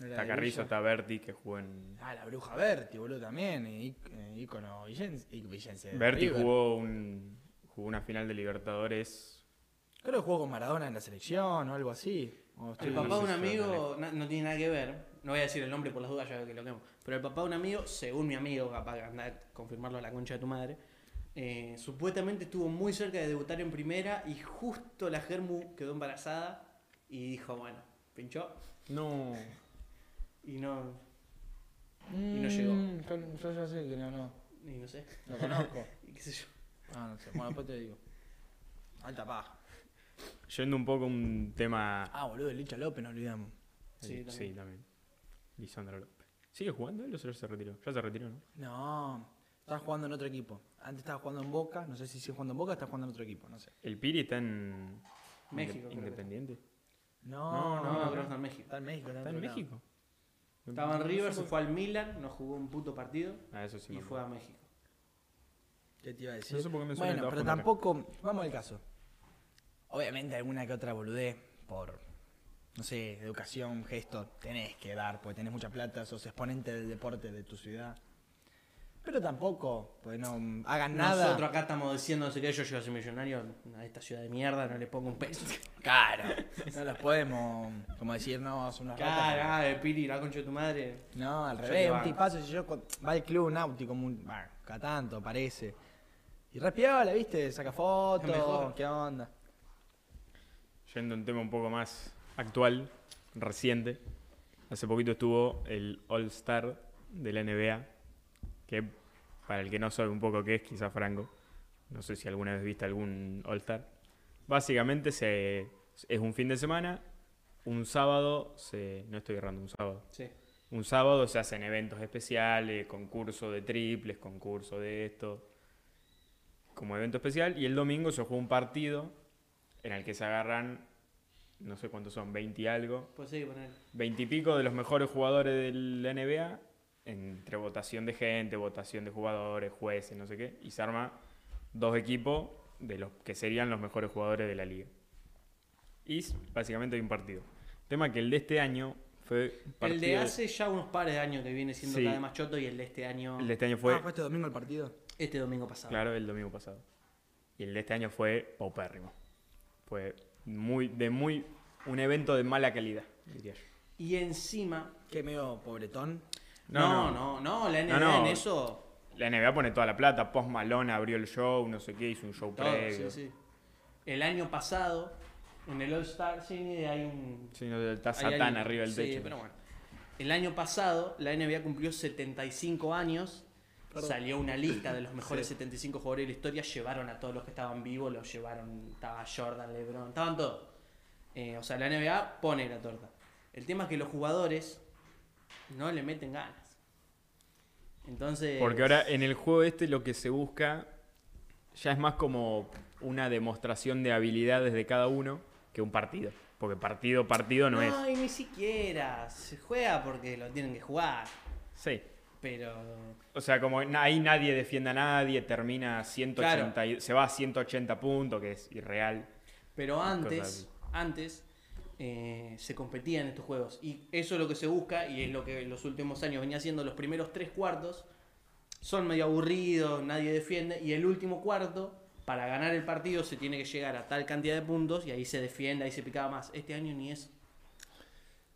Speaker 3: ¿No era
Speaker 1: Está
Speaker 3: de
Speaker 1: Carrizo,
Speaker 3: Villa?
Speaker 1: está Berti, que jugó en.
Speaker 3: Ah, la bruja Berti, boludo, también. eh, ic- eh, Ícono villense. ic- villense de
Speaker 1: Berti
Speaker 3: River.
Speaker 1: jugó, un, jugó una final de Libertadores.
Speaker 3: Creo que jugó con Maradona en la selección o algo así. O estoy-
Speaker 2: El
Speaker 1: Sí,
Speaker 2: papá de un
Speaker 1: sí, sí,
Speaker 2: amigo na- no tiene nada que ver. No voy a decir el nombre por las dudas, ya que lo quemo. Pero el papá de un amigo, según mi amigo, capaz que anda a confirmarlo a la concha de tu madre, Eh, supuestamente estuvo muy cerca de debutar en primera y justo la Germu quedó embarazada y dijo, bueno, pinchó
Speaker 1: No.
Speaker 2: y no,
Speaker 3: Mm,
Speaker 2: no llegó.
Speaker 3: Yo, yo ya sé que no, no.
Speaker 2: y no sé,
Speaker 3: Lo conozco.
Speaker 2: y qué sé yo.
Speaker 3: Ah, no sé. Bueno, después te digo. Alta paja.
Speaker 1: Yendo un poco a un tema.
Speaker 3: Ah, boludo, el Licha López, no olvidamos.
Speaker 2: Sí, también.
Speaker 1: Lisandro López. ¿Sigue jugando él o se se retiró? Ya se retiró, ¿no?
Speaker 3: No, estaba jugando en otro equipo. Antes estaba jugando en Boca, no sé si sigue jugando en Boca, está jugando en otro equipo, no sé.
Speaker 1: El Piri está en.
Speaker 2: México, creo
Speaker 1: inde-
Speaker 2: que
Speaker 1: Independiente.
Speaker 3: No,
Speaker 2: No, no, creo
Speaker 3: no,
Speaker 2: que
Speaker 3: no,
Speaker 2: está en México.
Speaker 3: Está en México,
Speaker 1: ¿Está en
Speaker 3: otro lado.
Speaker 1: México?
Speaker 2: Estaba en River, se
Speaker 1: sé
Speaker 2: fue al Milan, no jugó un puto partido
Speaker 1: por- Ah, eso sí.
Speaker 2: y
Speaker 1: me
Speaker 2: fue
Speaker 1: acuerdo.
Speaker 2: a México.
Speaker 3: ¿Qué te iba a decir?
Speaker 1: No sé por qué me suena
Speaker 3: bueno,
Speaker 1: que
Speaker 3: pero
Speaker 1: trabaja en
Speaker 3: tampoco. Vamos al caso. Obviamente, alguna que otra boludez por. No sé, educación, gesto, tenés que dar, porque tenés mucha plata, sos exponente del deporte de tu ciudad. Pero tampoco, pues no hagan nada.
Speaker 2: Nosotros acá estamos diciendo, no sé qué, yo llego a ser millonario a esta ciudad de mierda, no le pongo un peso.
Speaker 3: Claro, no los podemos, como decir, no, son unas ratas.
Speaker 2: Cara, ah, el Piri, la concha de tu madre.
Speaker 3: No, al
Speaker 2: Yo
Speaker 3: revés,
Speaker 2: te
Speaker 3: un
Speaker 2: banco.
Speaker 3: tipazo, si yo con- va al club náutico, como un, bueno, cada tanto, parece. Y respiraba, la viste, saca
Speaker 2: Es
Speaker 3: fotos,
Speaker 2: mejor.
Speaker 3: qué onda.
Speaker 1: Yendo a un tema un poco más actual, reciente. Hace poquito estuvo el All-Star de la NBA. Que para el que no sabe un poco qué es, quizá Franco. No sé si alguna vez viste algún All-Star. Básicamente se, es un fin de semana. Un sábado, se, no estoy errando, un sábado.
Speaker 2: Sí.
Speaker 1: Un sábado se hacen eventos especiales, concurso de triples, concurso de esto, como evento especial. Y el domingo se juega un partido en el que se agarran, no sé cuántos son, 20 y algo,
Speaker 2: Pues sí, poner.
Speaker 1: 20 y pico de los mejores jugadores de la NBA, entre votación de gente, votación de jugadores, jueces, no sé qué, y se arma dos equipos de los que serían los mejores jugadores de la liga. Y s- básicamente hay un partido. Tema que el de este año fue... un
Speaker 2: El de
Speaker 1: partido-
Speaker 2: hace ya unos pares de años que viene siendo
Speaker 1: Sí.
Speaker 2: cada vez más choto y el de este año,
Speaker 1: El de este año fue,
Speaker 3: Ah, fue este domingo el partido.
Speaker 2: este domingo pasado.
Speaker 1: claro, el domingo pasado. Y el de este año fue paupérrimo. Fue muy, de muy, un evento de mala calidad, diría yo.
Speaker 2: Y encima.
Speaker 3: Qué medio pobretón.
Speaker 1: No,
Speaker 2: No, no,
Speaker 1: no.
Speaker 2: no, la NBA
Speaker 1: no.
Speaker 2: en eso.
Speaker 1: La NBA pone toda la plata, Post Malone abrió el show, no sé qué, hizo un show
Speaker 2: Todo,
Speaker 1: previo.
Speaker 2: sí,
Speaker 1: Sí,
Speaker 2: sí. El año pasado, en el All-Star Cine hay un.
Speaker 1: no, está
Speaker 2: hay
Speaker 1: Satán
Speaker 2: alguien-
Speaker 1: arriba del
Speaker 2: sí,
Speaker 1: techo.
Speaker 2: pero bueno. El año pasado, la NBA cumplió 75 años.
Speaker 3: Perdón.
Speaker 2: Salió una lista de los mejores
Speaker 3: Sí.
Speaker 2: 75 jugadores de la historia. Llevaron a todos los que estaban vivos, los llevaron. Estaba Jordan, LeBron, estaban todos. Eh, o sea, la NBA pone la torta. El tema es que los jugadores no le meten ganas. Entonces.
Speaker 1: Porque ahora en el juego este lo que se busca ya es más como una demostración de habilidades de cada uno que un partido. Porque partido, partido no, es.
Speaker 2: y ni siquiera. Se juega porque lo tienen que jugar.
Speaker 1: Sí.
Speaker 2: Pero.
Speaker 1: O sea, como na- ahí nadie defiende a nadie, termina 180,
Speaker 2: Claro.
Speaker 1: y- se va a 180 puntos, que es irreal.
Speaker 2: Pero
Speaker 1: así.
Speaker 2: antes, antes eh, se competía en estos juegos. Y eso es lo que se busca y es lo que en los últimos años venía haciendo. Los primeros tres cuartos son medio aburridos, nadie defiende. Y el último cuarto, para ganar el partido, se tiene que llegar a tal cantidad de puntos y ahí se defiende, ahí se picaba más. Este año ni eso.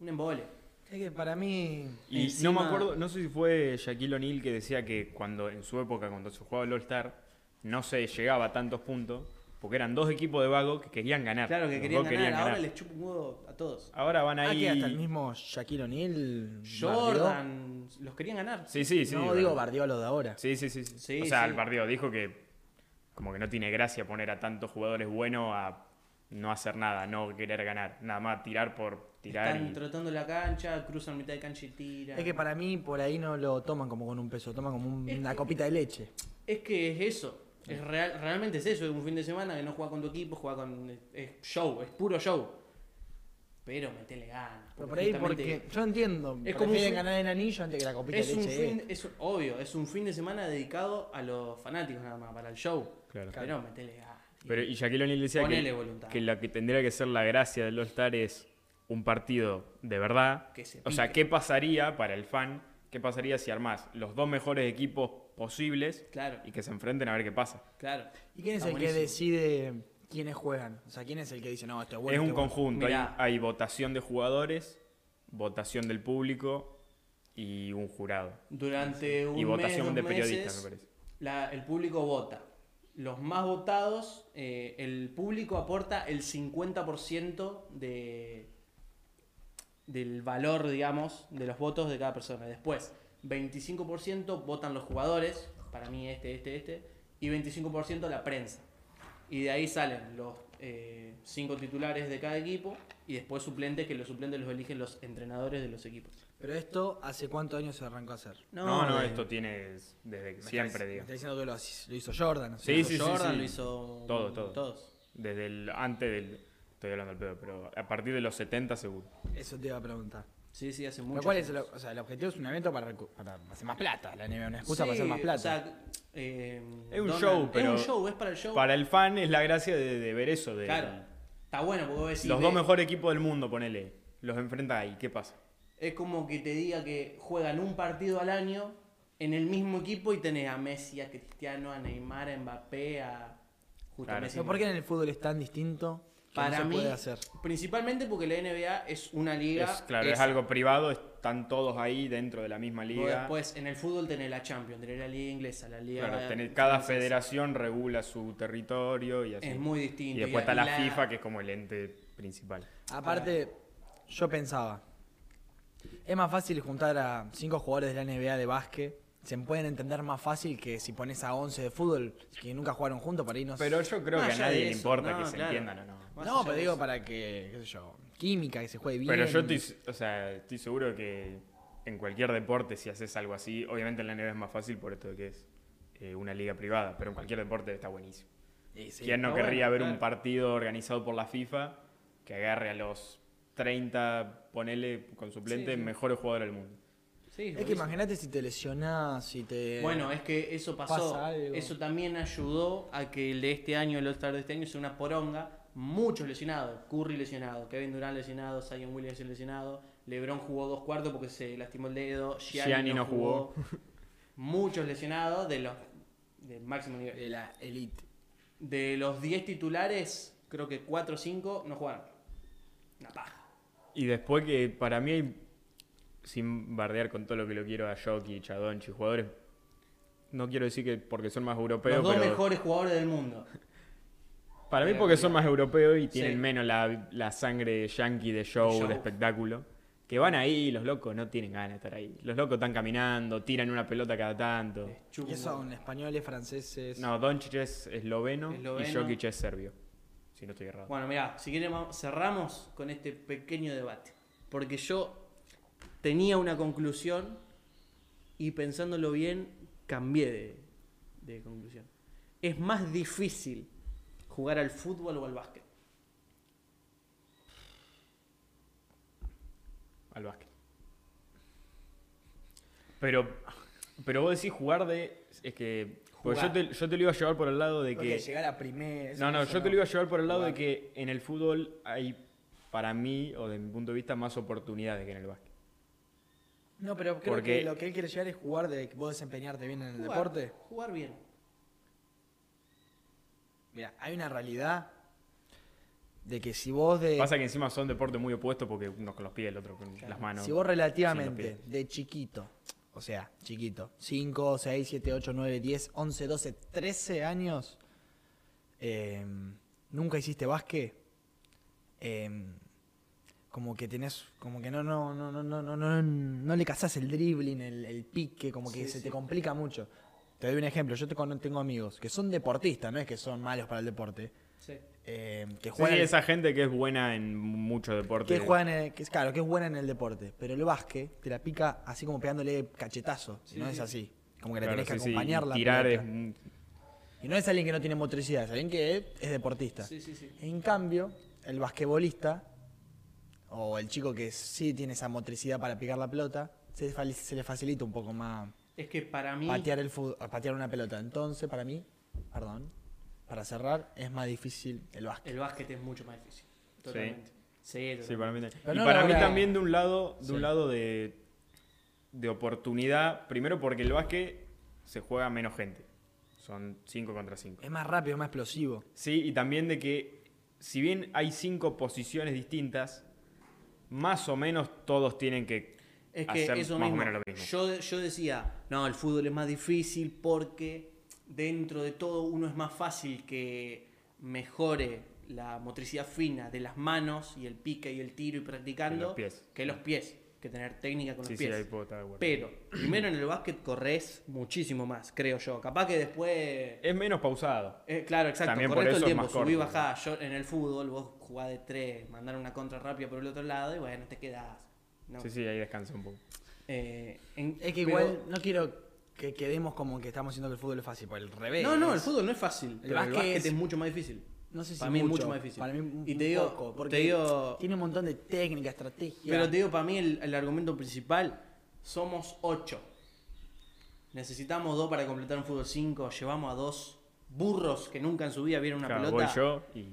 Speaker 2: Un embole.
Speaker 3: Es que para mí.
Speaker 1: Y
Speaker 2: Encima-
Speaker 1: no me acuerdo, no sé si fue Shaquille O'Neal que decía que cuando en su época, cuando se jugaba el All-Star, no se llegaba a tantos puntos, porque eran dos equipos de vagos que querían ganar.
Speaker 2: Claro que
Speaker 1: Ah, Los
Speaker 2: querían
Speaker 1: dos
Speaker 2: ganar, ahora les chupa un huevo a todos.
Speaker 1: Ahora van
Speaker 3: Ah,
Speaker 1: ahí.
Speaker 3: que hasta el mismo Shaquille O'Neal. bardeó.
Speaker 2: Jordan, los querían ganar.
Speaker 1: Sí, sí, sí.
Speaker 3: no,
Speaker 1: bueno.
Speaker 3: digo bardeó a los de ahora.
Speaker 1: Sí, sí, sí. sí.
Speaker 2: Sí,
Speaker 1: o sea,
Speaker 2: sí.
Speaker 1: el partido dijo que como que no tiene gracia poner a tantos jugadores buenos a no hacer nada, no querer ganar, nada más tirar por tirar.
Speaker 2: Están
Speaker 1: y-
Speaker 2: trotando la cancha, cruzan mitad de cancha y tiran.
Speaker 3: Es que para mí por ahí no lo toman como con un peso, toman como un-
Speaker 2: Es
Speaker 3: una
Speaker 2: que-
Speaker 3: copita de leche.
Speaker 2: Es que es eso. Es real, realmente es eso. Es un fin de semana que no juega con tu equipo, juega con. Es show, es puro show. Pero metele ganas.
Speaker 3: Pero por ahí
Speaker 2: justamente
Speaker 3: porque yo entiendo,
Speaker 2: Es
Speaker 3: es
Speaker 2: como un
Speaker 3: como
Speaker 2: fin-
Speaker 3: ganar el anillo antes que la copita
Speaker 2: Es
Speaker 3: de
Speaker 2: un
Speaker 3: leche. eh.
Speaker 2: fin, es un- obvio, es un fin de semana dedicado a los fanáticos nada más, para el show.
Speaker 1: Claro.
Speaker 2: Pero metele ganas.
Speaker 1: Pero y Shaquille O'Neal decía
Speaker 2: Ponele
Speaker 1: que,
Speaker 2: voluntad.
Speaker 1: que la que tendría que ser la gracia del All-Star es un partido de verdad.
Speaker 2: Que se
Speaker 1: o sea,
Speaker 2: pique.
Speaker 1: ¿qué pasaría para el fan? ¿Qué pasaría si armás los dos mejores equipos posibles
Speaker 2: Claro,
Speaker 1: y que se enfrenten a ver qué pasa?
Speaker 2: claro.
Speaker 3: ¿Y quién es
Speaker 2: Está
Speaker 3: el que
Speaker 2: buenísimo.
Speaker 3: decide quiénes juegan? O sea, ¿quién es el que dice, no, esto es bueno?
Speaker 1: es un
Speaker 3: esto bueno"?
Speaker 1: conjunto. Hay,
Speaker 2: Mirá.
Speaker 1: hay votación de jugadores, votación del público y un jurado.
Speaker 2: Durante un
Speaker 1: y
Speaker 2: mes,
Speaker 1: votación
Speaker 2: dos
Speaker 1: de
Speaker 2: meses,
Speaker 1: periodistas, me parece.
Speaker 2: la- el público vota. los más votados, eh, el público aporta el 50% de, del valor, digamos, de los votos de cada persona. Después, 25% votan los jugadores, para mí este, este, este, y 25% la prensa. Y de ahí salen los eh, cinco titulares de cada equipo y después suplentes, que los suplentes los eligen los entrenadores de los equipos.
Speaker 3: Pero esto, ¿hace cuántos años se arrancó a hacer?
Speaker 1: No, no,
Speaker 3: eh,
Speaker 1: esto tiene des- desde
Speaker 3: Me
Speaker 1: siempre,
Speaker 3: está, me
Speaker 1: digo.
Speaker 3: está diciendo que lo, haci- lo hizo Jordan. ¿no?
Speaker 1: Sí,
Speaker 2: Lo
Speaker 1: sí,
Speaker 2: hizo
Speaker 1: sí,
Speaker 2: Jordan,
Speaker 1: sí.
Speaker 2: lo hizo
Speaker 1: Todo, todo.
Speaker 2: todos.
Speaker 1: Desde el antes del estoy hablando al pedo, pero a partir de los 70 seguro.
Speaker 3: Eso te iba a preguntar.
Speaker 2: Sí, sí, hace mucho.
Speaker 3: Lo cual es,
Speaker 2: tiempo.
Speaker 3: lo- o sea, el objetivo es un evento para, recu- para hacer más plata. La NBA es una excusa para
Speaker 2: Sí,
Speaker 3: hacer más plata.
Speaker 2: o sea, eh,
Speaker 1: Es un show, pero-
Speaker 2: Es un show, es para el show.
Speaker 1: Para el fan es la gracia de, de ver eso, de
Speaker 2: Claro. Está bueno, porque vos decís.
Speaker 1: los
Speaker 2: ve-
Speaker 1: dos mejores equipos del mundo, ponele, los enfrenta ahí, ¿qué pasa?
Speaker 2: Es como que te diga que juegan un partido al año en el mismo equipo y tenés a Messi, a Cristiano, a Neymar, a Mbappé, a. Justo
Speaker 1: Claro.
Speaker 2: Messi.
Speaker 3: Pero ¿Por qué en el fútbol es tan distinto que
Speaker 2: Para
Speaker 3: no se
Speaker 2: mí,
Speaker 3: puede hacer?
Speaker 2: principalmente porque la NBA es una liga.
Speaker 1: Es, claro, es, algo privado, están todos ahí dentro de la misma
Speaker 2: Vos
Speaker 1: liga.
Speaker 2: Después, en el fútbol tenés la Champions, tenés la liga inglesa, la liga.
Speaker 1: Claro, tenés- cada
Speaker 2: francesa.
Speaker 1: federación regula su territorio y así.
Speaker 2: Es muy distinto.
Speaker 1: Y después está
Speaker 2: y
Speaker 1: la, FIFA, que es como el ente principal.
Speaker 3: Aparte, yo pensaba, es más fácil juntar a cinco jugadores de la NBA de básquet, se pueden entender más fácil que si pones a 11 de fútbol que nunca jugaron juntos para irnos.
Speaker 1: Pero yo creo
Speaker 2: Más
Speaker 1: que a
Speaker 2: allá
Speaker 1: nadie
Speaker 2: de
Speaker 1: le
Speaker 2: eso,
Speaker 1: importa
Speaker 2: Ah, no,
Speaker 1: que se
Speaker 2: claro.
Speaker 1: entiendan o no.
Speaker 2: más
Speaker 3: no,
Speaker 2: allá
Speaker 3: pero
Speaker 2: de
Speaker 3: digo
Speaker 2: eso.
Speaker 3: para que, qué sé yo, química, que se juegue bien.
Speaker 1: Pero yo estoy, o sea, estoy seguro que en cualquier deporte, si haces algo así, obviamente en la NBA es más fácil por esto de que es eh, una liga privada, pero en cualquier deporte está buenísimo.
Speaker 3: Y sí,
Speaker 1: ¿Quién no
Speaker 2: está
Speaker 1: querría
Speaker 2: bueno,
Speaker 1: ver
Speaker 2: claro.
Speaker 1: un partido organizado por la FIFA que agarre a los 30, ponele con suplente,
Speaker 2: Sí, sí.
Speaker 1: mejores jugadores del mundo?
Speaker 2: Sí,
Speaker 3: Es que
Speaker 2: buenísimo.
Speaker 3: imagínate si te lesionás, si te...
Speaker 2: Bueno, es que eso pasó.
Speaker 3: Pasa algo.
Speaker 2: Eso también ayudó a que el de este año, el All-Star de este año, sea una poronga. Muchos lesionados. Curry lesionado, Kevin Durant lesionado, Zion Williamson lesionado. LeBron jugó dos cuartos porque se lastimó el dedo. Gianni,
Speaker 1: Gianni
Speaker 2: no
Speaker 1: no
Speaker 2: jugó. Muchos lesionados de los del máximo nivel.
Speaker 3: de la elite.
Speaker 2: De los 10 titulares, creo que 4 o 5 no jugaron. Una paja.
Speaker 1: Y después que para mí hay, sin bardear con todo lo que lo quiero a Jokic, a Doncic, jugadores, no quiero decir que porque son más europeos,
Speaker 2: los dos
Speaker 1: pero
Speaker 2: mejores jugadores del mundo.
Speaker 1: para mí
Speaker 2: de la
Speaker 1: porque son más europeos y
Speaker 2: Sí.
Speaker 1: tienen menos la, la sangre yankee de show,
Speaker 2: Show.
Speaker 1: de espectáculo. Que van ahí, los locos no tienen ganas de estar ahí. Los locos están caminando, tiran una pelota cada tanto.
Speaker 2: Les chupa
Speaker 3: Y
Speaker 2: un
Speaker 3: eso
Speaker 2: huevo.
Speaker 3: son españoles, franceses.
Speaker 1: No, Doncic es esloveno,
Speaker 2: Esloveno.
Speaker 1: y Jokic es serbio. Si no estoy errado.
Speaker 2: Bueno, mirá, si quieren vamos- cerramos con este pequeño debate. Porque yo tenía una conclusión y pensándolo bien cambié de, de conclusión. ¿Es más difícil jugar al fútbol o al básquet?
Speaker 1: Al básquet. Pero, pero vos decís jugar de. Es que. porque
Speaker 2: Jugar.
Speaker 1: Yo, te, yo te lo iba a llevar por el lado de que.
Speaker 3: llegar a primer...
Speaker 1: no, no, yo te lo iba a llevar por el lado de
Speaker 3: Jugar.
Speaker 1: que en el fútbol hay, para mí, o de mi punto de vista, más oportunidades que en el básquet.
Speaker 3: No, pero creo
Speaker 1: Porque-
Speaker 3: que lo que él quiere llegar es jugar de vos desempeñarte bien en el
Speaker 2: Jugar-
Speaker 3: deporte.
Speaker 2: Jugar bien.
Speaker 3: Mira, hay una realidad de que si vos de
Speaker 1: Pasa que encima son deportes muy opuestos porque uno con los pies, el otro con las manos.
Speaker 3: si vos
Speaker 1: sin
Speaker 3: relativamente
Speaker 1: los
Speaker 3: de chiquito, o sea, chiquito, 5, 6, 7, 8, 9, 10, 11, 12, 13 años eh, nunca hiciste básquet eh, como que tenés como que no no no no no no no, no le cazás el dribbling, el, el pique, como que
Speaker 2: Sí,
Speaker 3: se
Speaker 2: sí.
Speaker 3: te complica mucho. Te doy un ejemplo, yo te con- tengo amigos que son deportistas, no es que son malos para el deporte.
Speaker 2: Sí.
Speaker 3: eh,
Speaker 1: Sí, sí,
Speaker 3: que juegan al
Speaker 1: esa gente que es buena en muchos deportes.
Speaker 3: que juegan en el- que es claro, que es buena en el deporte, pero el básquet te la pica así como pegándole cachetazo,
Speaker 2: Sí,
Speaker 3: no es
Speaker 2: sí.
Speaker 3: así. Como que la
Speaker 1: Claro,
Speaker 3: tenés que
Speaker 1: sí, sí, y
Speaker 3: acompañar la
Speaker 1: Tirar es.
Speaker 3: pelota.
Speaker 1: un-
Speaker 3: Y no es alguien que no tiene motricidad, es alguien que es deportista.
Speaker 2: Sí, sí, sí.
Speaker 3: En cambio, el basquetbolista o el chico que sí tiene esa motricidad para picar la pelota, se, fa- se le facilita un poco más
Speaker 2: Es que para mí.
Speaker 3: patear el fu- patear una pelota. Entonces, para mí, perdón, para cerrar, es más difícil el básquet.
Speaker 2: El básquet es mucho más difícil. Totalmente. Sí,
Speaker 1: Sí,
Speaker 2: totalmente.
Speaker 1: para mí, también.
Speaker 3: Pero
Speaker 1: y
Speaker 3: no
Speaker 1: para
Speaker 3: lo
Speaker 1: mí
Speaker 3: habrá-
Speaker 1: también de un lado, de
Speaker 3: Sí.
Speaker 1: un lado de, de oportunidad, primero porque el básquet se juega menos gente. Son 5 contra 5.
Speaker 3: Es más rápido, es más explosivo.
Speaker 1: Sí, y también de que si bien hay cinco posiciones distintas, más o menos todos tienen que
Speaker 2: Es que
Speaker 1: hacer
Speaker 2: eso
Speaker 1: más
Speaker 2: mismo.
Speaker 1: o menos lo mismo.
Speaker 2: Yo, yo decía, no, el fútbol es más difícil porque dentro de todo uno es más fácil que mejore la motricidad fina de las manos y el pique y el tiro y practicando
Speaker 1: Que los pies.
Speaker 2: que los pies, que tener técnica con
Speaker 1: Sí,
Speaker 2: los
Speaker 1: sí,
Speaker 2: pies.
Speaker 1: ahí puedo estar de acuerdo.
Speaker 2: Pero primero en el básquet corres muchísimo más, creo yo. Capaz que después
Speaker 1: Es menos pausado.
Speaker 2: eh, claro, exacto.
Speaker 1: También por
Speaker 2: Correr todo
Speaker 1: eso
Speaker 2: el
Speaker 1: es
Speaker 2: tiempo,
Speaker 1: más
Speaker 2: subí,
Speaker 1: corto,
Speaker 2: bajá. Yo, en el fútbol vos jugás de tres, mandar una contra rápida por el otro lado y bueno, te quedás. No.
Speaker 1: Sí, sí, ahí descansa un poco.
Speaker 2: Eh, en-
Speaker 3: Es que
Speaker 2: pero-
Speaker 3: igual no quiero que quedemos como que estamos diciendo que el fútbol es fácil, por el revés.
Speaker 2: No, no, el fútbol no es fácil. pero El
Speaker 3: básquet
Speaker 2: básquet,
Speaker 3: es-
Speaker 2: es... mucho más difícil.
Speaker 3: No sé si
Speaker 2: para mí es mucho más difícil.
Speaker 3: Para mí un,
Speaker 2: y
Speaker 3: un
Speaker 2: te digo,
Speaker 3: poco,
Speaker 2: te
Speaker 3: porque
Speaker 2: digo-
Speaker 3: tiene un montón de técnica, estrategia.
Speaker 2: Pero te digo, para mí el, el argumento principal, somos ocho. Necesitamos dos para completar un fútbol 5, llevamos a dos burros que nunca en su vida vieron una
Speaker 1: Claro,
Speaker 2: pelota.
Speaker 1: voy yo y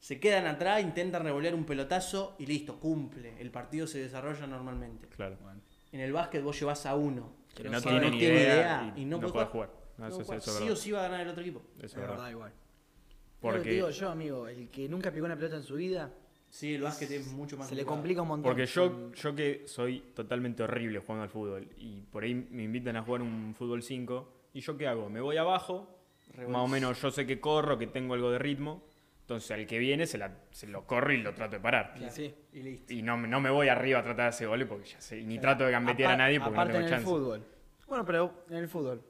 Speaker 2: Se quedan atrás, intentan revolear un pelotazo y listo, cumple. El partido se desarrolla normalmente.
Speaker 1: claro.
Speaker 2: En el básquet vos llevas a uno.
Speaker 3: Que
Speaker 1: Que
Speaker 3: no
Speaker 1: no,
Speaker 3: sabe,
Speaker 1: tiene
Speaker 3: no
Speaker 1: ni
Speaker 2: tiene
Speaker 1: idea,
Speaker 2: idea,
Speaker 1: y,
Speaker 2: y
Speaker 1: no, puede
Speaker 2: no puede
Speaker 1: jugar. No,
Speaker 2: No
Speaker 1: eso,
Speaker 2: juega.
Speaker 1: es- eso es
Speaker 2: sí
Speaker 1: verdad.
Speaker 2: o sí va a ganar el otro equipo.
Speaker 1: Eso es
Speaker 3: es verdad,
Speaker 1: verdad.
Speaker 3: igual. Porque...
Speaker 1: Porque,
Speaker 3: te digo yo, amigo, el que nunca picó una pelota en su vida,
Speaker 2: Sí, el básquet es mucho más
Speaker 3: se le
Speaker 2: complicado.
Speaker 3: complica un montón.
Speaker 1: porque yo, yo que soy totalmente horrible jugando al fútbol y por ahí me invitan a jugar un fútbol 5 y yo qué hago, me voy abajo,
Speaker 2: Revolves.
Speaker 1: más o menos yo sé que corro, que tengo algo de ritmo, entonces al que viene se, la- se lo corro y lo trato de parar.
Speaker 2: Claro,
Speaker 3: Sí.
Speaker 2: Y listo.
Speaker 1: Y no, me- no me voy arriba a tratar de ese gol porque ya sé, y ni trato de gambetear a
Speaker 3: Apar-
Speaker 1: nadie porque no
Speaker 3: aparte
Speaker 1: tengo
Speaker 3: en
Speaker 1: chance.
Speaker 3: el fútbol. Bueno, pero en el fútbol.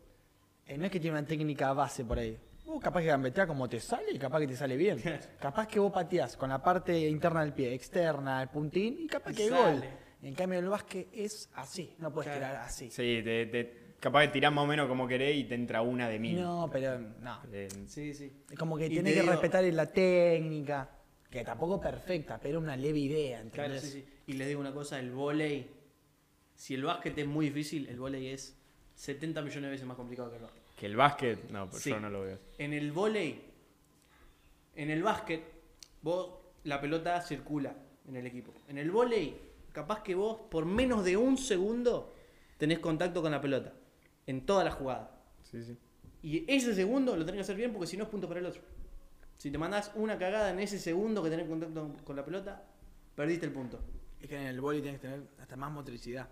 Speaker 3: eh, no es que tiene una técnica base por ahí. Vos capaz que gambeteás como te sale y capaz que te sale bien. capaz que vos pateás con la parte interna del pie, externa, el puntín y capaz
Speaker 2: Y
Speaker 3: que hay
Speaker 2: sale.
Speaker 3: gol. En cambio, el básquet es así. No puedes
Speaker 2: Claro.
Speaker 3: tirar así.
Speaker 1: Sí, te, te- capaz de tirar más o menos como querés y te entra una de mil.
Speaker 3: No, pero no.
Speaker 1: Eh,
Speaker 2: Sí, sí.
Speaker 3: Es como que
Speaker 2: Y te
Speaker 3: tenés que
Speaker 2: digo-
Speaker 3: respetar la técnica, que tampoco es perfecta, pero una leve idea,
Speaker 2: Claro,
Speaker 3: ¿entendés?
Speaker 2: sí, sí. Y les digo una cosa, el volei, si el básquet es muy difícil, el volei es 70 millones de veces más complicado que el básquet.
Speaker 1: que el básquet, no, pero
Speaker 2: Sí.
Speaker 1: yo no lo veo.
Speaker 2: En el volei, en el básquet, vos la pelota circula en el equipo. En el volei, capaz que vos por menos de un segundo tenés contacto con la pelota en toda la jugada.
Speaker 1: Sí, sí.
Speaker 2: Y ese segundo lo tenés que hacer bien porque si no es punto para el otro. Si te mandás una cagada en ese segundo que tenés contacto con la pelota, perdiste el punto.
Speaker 3: Es que en el boli tenés que tener hasta más motricidad.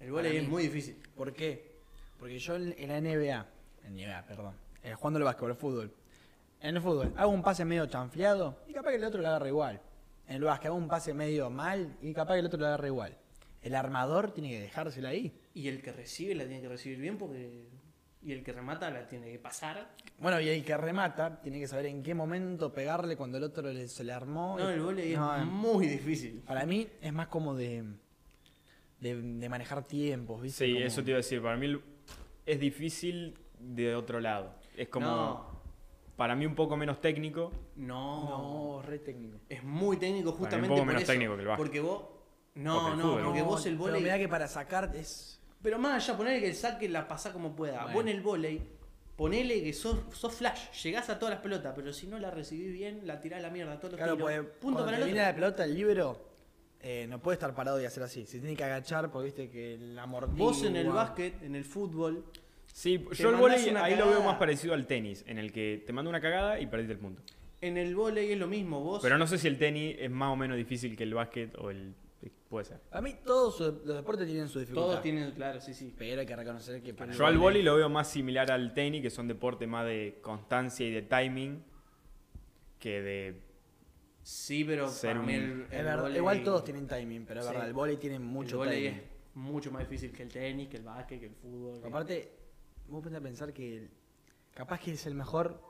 Speaker 2: El volei
Speaker 3: Para
Speaker 2: es
Speaker 3: mí.
Speaker 2: muy difícil.
Speaker 3: ¿Por qué? Porque yo en en la NBA, en NBA, perdón, eh, jugando al básquetbol, al fútbol, en el fútbol hago un pase medio chanfleado y capaz que el otro lo agarra igual. En el básquet hago un pase medio mal y capaz que el otro lo agarra igual. El armador tiene que dejársela ahí.
Speaker 2: Y el que recibe la tiene que recibir bien porque. Y el que remata la tiene que pasar.
Speaker 3: Bueno, y el que remata tiene que saber en qué momento pegarle cuando el otro le- se le armó.
Speaker 2: No, el volei
Speaker 3: No,
Speaker 2: es
Speaker 3: em-
Speaker 2: muy difícil.
Speaker 3: Para mí es más como de, de, de manejar tiempos, ¿viste?
Speaker 1: Sí,
Speaker 3: Como-
Speaker 1: eso te iba a decir. Para mí el- es difícil de otro lado. Es como,
Speaker 2: No.
Speaker 1: para mí un poco menos técnico.
Speaker 2: No.
Speaker 3: No, re técnico.
Speaker 2: Es muy técnico
Speaker 1: Para mí un
Speaker 2: justamente
Speaker 1: poco
Speaker 2: por
Speaker 1: menos
Speaker 2: eso.
Speaker 1: técnico que el básquet.
Speaker 2: porque vos.
Speaker 1: Porque
Speaker 2: No,
Speaker 1: el
Speaker 2: no,
Speaker 1: fútbol.
Speaker 2: porque
Speaker 3: No,
Speaker 2: vos el
Speaker 3: pero
Speaker 2: volei.
Speaker 3: mirá que para sacar es...
Speaker 2: Pero más allá, ponele que el saque la pasá como pueda.
Speaker 3: Bueno.
Speaker 2: Vos en el volei, ponele que sos, sos flash, llegás a todas las pelotas, pero si no la recibís bien, la tirás a la mierda, todos los
Speaker 3: Claro,
Speaker 2: tiros.
Speaker 3: pues
Speaker 2: punto para el otro.
Speaker 3: viene la pelota, el libero, eh, no puede estar parado y hacer así. Se tiene que agachar porque viste que la amortigua...
Speaker 2: Vos en el básquet, en el fútbol,
Speaker 1: Sí,
Speaker 2: Te
Speaker 1: yo el
Speaker 2: mandás
Speaker 1: vóley
Speaker 2: una
Speaker 1: ahí lo veo
Speaker 2: cagada.
Speaker 1: más parecido al tenis, en el que te manda una cagada y perdiste el punto.
Speaker 2: en el volei es lo mismo, vos.
Speaker 1: Pero no sé si el tenis es más o menos difícil que el básquet o el... eh, Puede ser.
Speaker 3: A mí todos su- los deportes tienen su dificultad.
Speaker 2: todos tienen, claro, sí, sí.
Speaker 3: Pero hay que reconocer que para el
Speaker 1: Yo al
Speaker 3: vóley-
Speaker 1: vóley lo veo más similar al tenis, que son deportes más de constancia y de timing que de...
Speaker 2: Sí, pero
Speaker 1: Ser
Speaker 2: para mí
Speaker 1: un-
Speaker 2: el,
Speaker 3: es
Speaker 2: el
Speaker 3: verdad,
Speaker 2: vóley-
Speaker 3: Igual todos tienen timing, pero es
Speaker 2: Sí.
Speaker 3: verdad, el vóley tiene
Speaker 2: el
Speaker 3: mucho
Speaker 2: vóley
Speaker 3: timing.
Speaker 2: es mucho más difícil que el tenis, que el básquet, que el fútbol. que-
Speaker 3: Aparte, vos ponés a pensar que el- capaz que es el mejor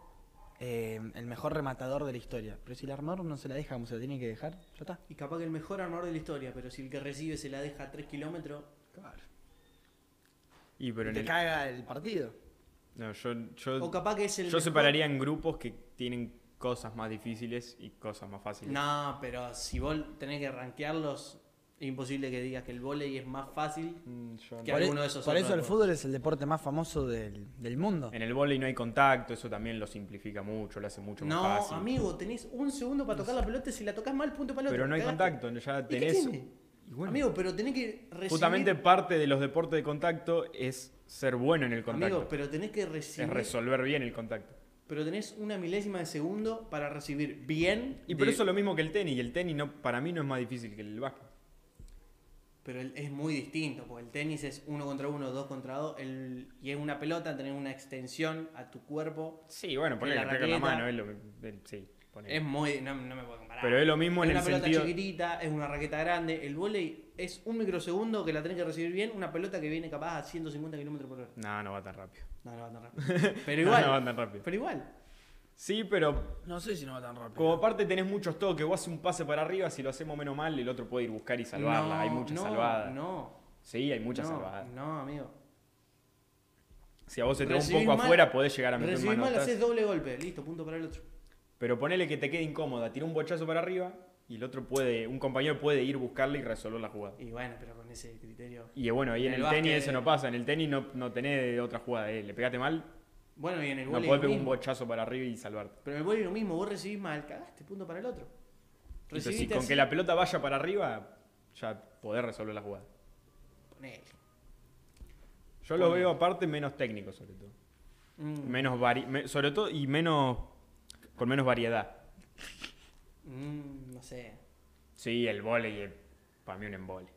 Speaker 3: eh, el mejor rematador de la historia. Pero si el armador no se la deja como se la tiene que dejar, ya está.
Speaker 2: Y capaz que el mejor armador de la historia, pero si el que recibe se la deja a 3 kilómetros,
Speaker 1: Y pero
Speaker 3: Y
Speaker 1: en
Speaker 3: te
Speaker 1: el-
Speaker 3: caga el partido.
Speaker 1: No, yo, yo,
Speaker 2: o capaz que es el.
Speaker 1: yo
Speaker 2: mejor-
Speaker 1: separaría en grupos que tienen cosas más difíciles y cosas más fáciles.
Speaker 2: No, pero si vos tenés que rankearlos, es imposible que digas que el volei es más fácil.
Speaker 1: Mm, yo
Speaker 2: Que
Speaker 1: no.
Speaker 3: por
Speaker 2: alguno
Speaker 3: e-
Speaker 2: de esos otros
Speaker 3: por eso el
Speaker 2: deportes.
Speaker 3: fútbol es el deporte más famoso del, del mundo.
Speaker 1: En el vóley no hay contacto, eso también lo simplifica mucho, lo hace mucho
Speaker 2: No,
Speaker 1: más fácil.
Speaker 2: amigo, tenés un segundo para tocar la pelota y si la tocas mal, punto para el otro.
Speaker 1: Pero no hay
Speaker 2: cagaste.
Speaker 1: contacto, ya
Speaker 2: ¿Y qué
Speaker 1: tenés.
Speaker 2: tiene?
Speaker 1: Y bueno,
Speaker 2: Amigo, pero tenés que recibir.
Speaker 1: justamente parte de los deportes de contacto es ser bueno en el contacto.
Speaker 2: Amigo, pero tenés que
Speaker 1: es
Speaker 2: recibir.
Speaker 1: resolver bien el contacto.
Speaker 2: pero tenés una milésima de segundo para recibir bien.
Speaker 1: Y por
Speaker 2: de-
Speaker 1: eso es lo mismo que el tenis. Y el tenis no, para mí no es más difícil que el básquet.
Speaker 2: Pero el- es muy distinto, porque el tenis es uno contra uno, dos contra dos, el- y es una pelota, tener una extensión a tu cuerpo.
Speaker 1: Sí, bueno, ponle
Speaker 2: la
Speaker 1: que pega con la
Speaker 2: raqueta.
Speaker 1: mano, es lo el- sí, ponele.
Speaker 2: Es muy. No, no me puedo comparar.
Speaker 1: Pero es lo mismo en el
Speaker 2: Es una pelota
Speaker 1: sentido.
Speaker 2: chiquitita, es una raqueta grande. El volei es un microsegundo que la tenés que recibir bien, una pelota que viene capaz a 150 kilómetros por hora.
Speaker 1: No, no va tan rápido.
Speaker 2: No, no va tan rápido. Pero
Speaker 1: No,
Speaker 2: igual.
Speaker 1: no va tan rápido.
Speaker 2: Pero igual.
Speaker 1: Sí, pero
Speaker 3: No sé si no va tan rápido.
Speaker 1: como parte tenés muchos toques, vos haces un pase para arriba, si lo hacemos menos mal, el otro puede ir buscar y salvarla.
Speaker 2: No,
Speaker 1: hay muchas
Speaker 2: no,
Speaker 1: salvadas.
Speaker 2: No.
Speaker 1: Sí, hay muchas
Speaker 2: no,
Speaker 1: salvadas.
Speaker 2: No, amigo.
Speaker 1: Si a vos se te va un
Speaker 2: Recibís
Speaker 1: poco
Speaker 2: mal-
Speaker 1: afuera, podés llegar a meter un
Speaker 2: Recibís mal,
Speaker 1: manotazo.
Speaker 2: haces doble golpe. Listo, punto para el otro.
Speaker 1: Pero ponele que te quede incómoda, tira un bochazo para arriba y el otro puede, un compañero puede ir buscarle y resolver la jugada.
Speaker 2: Y bueno, pero con ese criterio.
Speaker 1: Y eh, bueno, ahí
Speaker 2: En
Speaker 1: en
Speaker 2: el
Speaker 1: el, tenis
Speaker 2: básquet-
Speaker 1: eso no pasa, en el tenis no, no tenés otra jugada, eh. le pegaste mal,
Speaker 2: Bueno, y en el
Speaker 1: no
Speaker 2: volei.
Speaker 1: podés pegar un bochazo para arriba y salvarte.
Speaker 2: pero en el volei lo mismo. Vos recibís mal, cagaste, punto para el otro.
Speaker 1: Entonces, si
Speaker 2: Recibiste
Speaker 1: con
Speaker 2: así,
Speaker 1: que la pelota vaya para arriba, ya podés resolver la jugada.
Speaker 2: ponele.
Speaker 1: Yo los veo aparte menos técnicos sobre todo.
Speaker 2: Mm,
Speaker 1: Menos vari- me- sobre todo y menos con menos variedad.
Speaker 2: mm, no sé.
Speaker 1: Sí, el vóley es para mí un embole.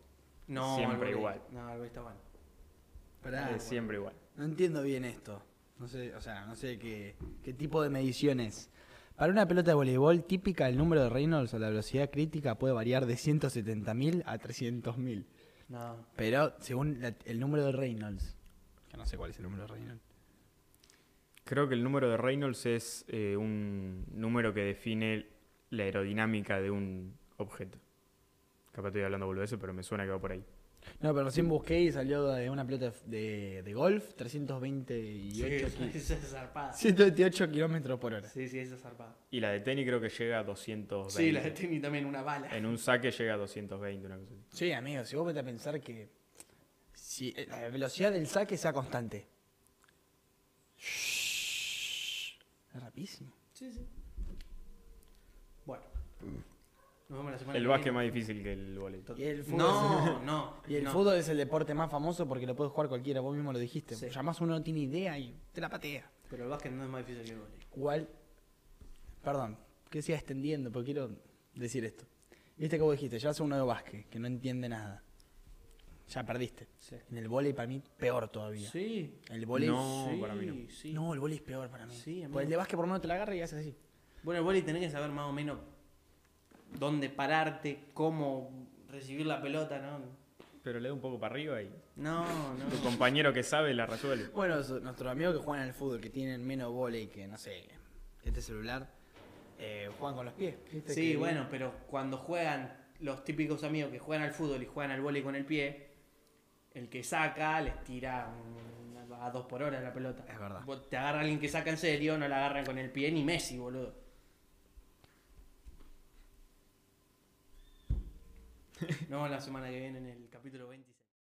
Speaker 2: No,
Speaker 1: Siempre
Speaker 2: el volei-
Speaker 1: igual.
Speaker 2: No, el volei está bueno.
Speaker 1: es
Speaker 3: Pará,
Speaker 1: siempre igual.
Speaker 3: No entiendo bien esto. No sé, o sea, no sé qué, qué tipo de mediciones. Para una pelota de voleibol típica, el número de Reynolds o la velocidad crítica puede variar de 170.000 a 300.000.
Speaker 2: No.
Speaker 3: Pero según la- el número de Reynolds. Que no sé cuál es el número de Reynolds.
Speaker 1: Creo que el número de Reynolds es eh, un número que define la aerodinámica de un objeto. Capaz estoy hablando boludeces, pero me suena que va por ahí.
Speaker 3: No, pero recién busqué y salió de una pelota de, de golf, 328
Speaker 2: Sí, esa es zarpada. Sí,
Speaker 3: 128 kilómetros por hora.
Speaker 2: sí, esa es zarpada.
Speaker 1: Y la de tenis creo que llega a 220.
Speaker 2: Sí, la de tenis también, una bala.
Speaker 1: En un saque llega a 220, una cosa así.
Speaker 3: Sí, amigo, si vos vete a pensar que si eh, la velocidad del saque sea constante. Shhh, Es rapidísimo.
Speaker 2: Sí, sí. Bueno. Nos vemos la semana
Speaker 1: El
Speaker 2: que
Speaker 1: básquet más
Speaker 2: viene.
Speaker 1: difícil que el voleibol.
Speaker 2: Tot-
Speaker 3: Y el fútbol.
Speaker 2: No, no.
Speaker 3: Y el
Speaker 2: no.
Speaker 3: fútbol es el deporte más famoso porque lo puede jugar cualquiera, vos mismo lo dijiste.
Speaker 2: Sí.
Speaker 3: Llamás uno no tiene idea y te la patea.
Speaker 2: Pero el básquet no es más difícil que el voleibol.
Speaker 3: Igual, perdón, que siga extendiendo, porque quiero decir esto. Viste que vos dijiste, llevas a uno de básquet que no entiende nada. Ya perdiste.
Speaker 2: Sí.
Speaker 3: En el vóley para mí peor todavía.
Speaker 2: Sí.
Speaker 3: El vóley
Speaker 1: No,
Speaker 2: sí,
Speaker 1: para mí no.
Speaker 2: sí.
Speaker 3: No, el boli es peor para mí.
Speaker 2: Sí, amigo.
Speaker 3: Porque el de básquet por lo menos te la agarra y haces así.
Speaker 2: Bueno, el voleibol tenés que saber más o menos dónde pararte, cómo recibir la pelota, ¿no?
Speaker 1: Pero le da un poco para arriba y
Speaker 2: No, no.
Speaker 1: tu compañero que sabe la resuelve.
Speaker 3: Bueno, eso, nuestros amigos que juegan al fútbol, que tienen menos volei que, no sé, este celular, eh, juegan con los pies. ¿viste?
Speaker 2: Sí,
Speaker 3: Que-
Speaker 2: bueno, pero cuando juegan los típicos amigos que juegan al fútbol y juegan al vóley con el pie, el que saca les tira un- a dos por hora la pelota.
Speaker 3: Es verdad.
Speaker 2: Vos te agarra alguien que saca en serio, no la agarran con el pie ni Messi, boludo. Nos vemos la semana que viene en el capítulo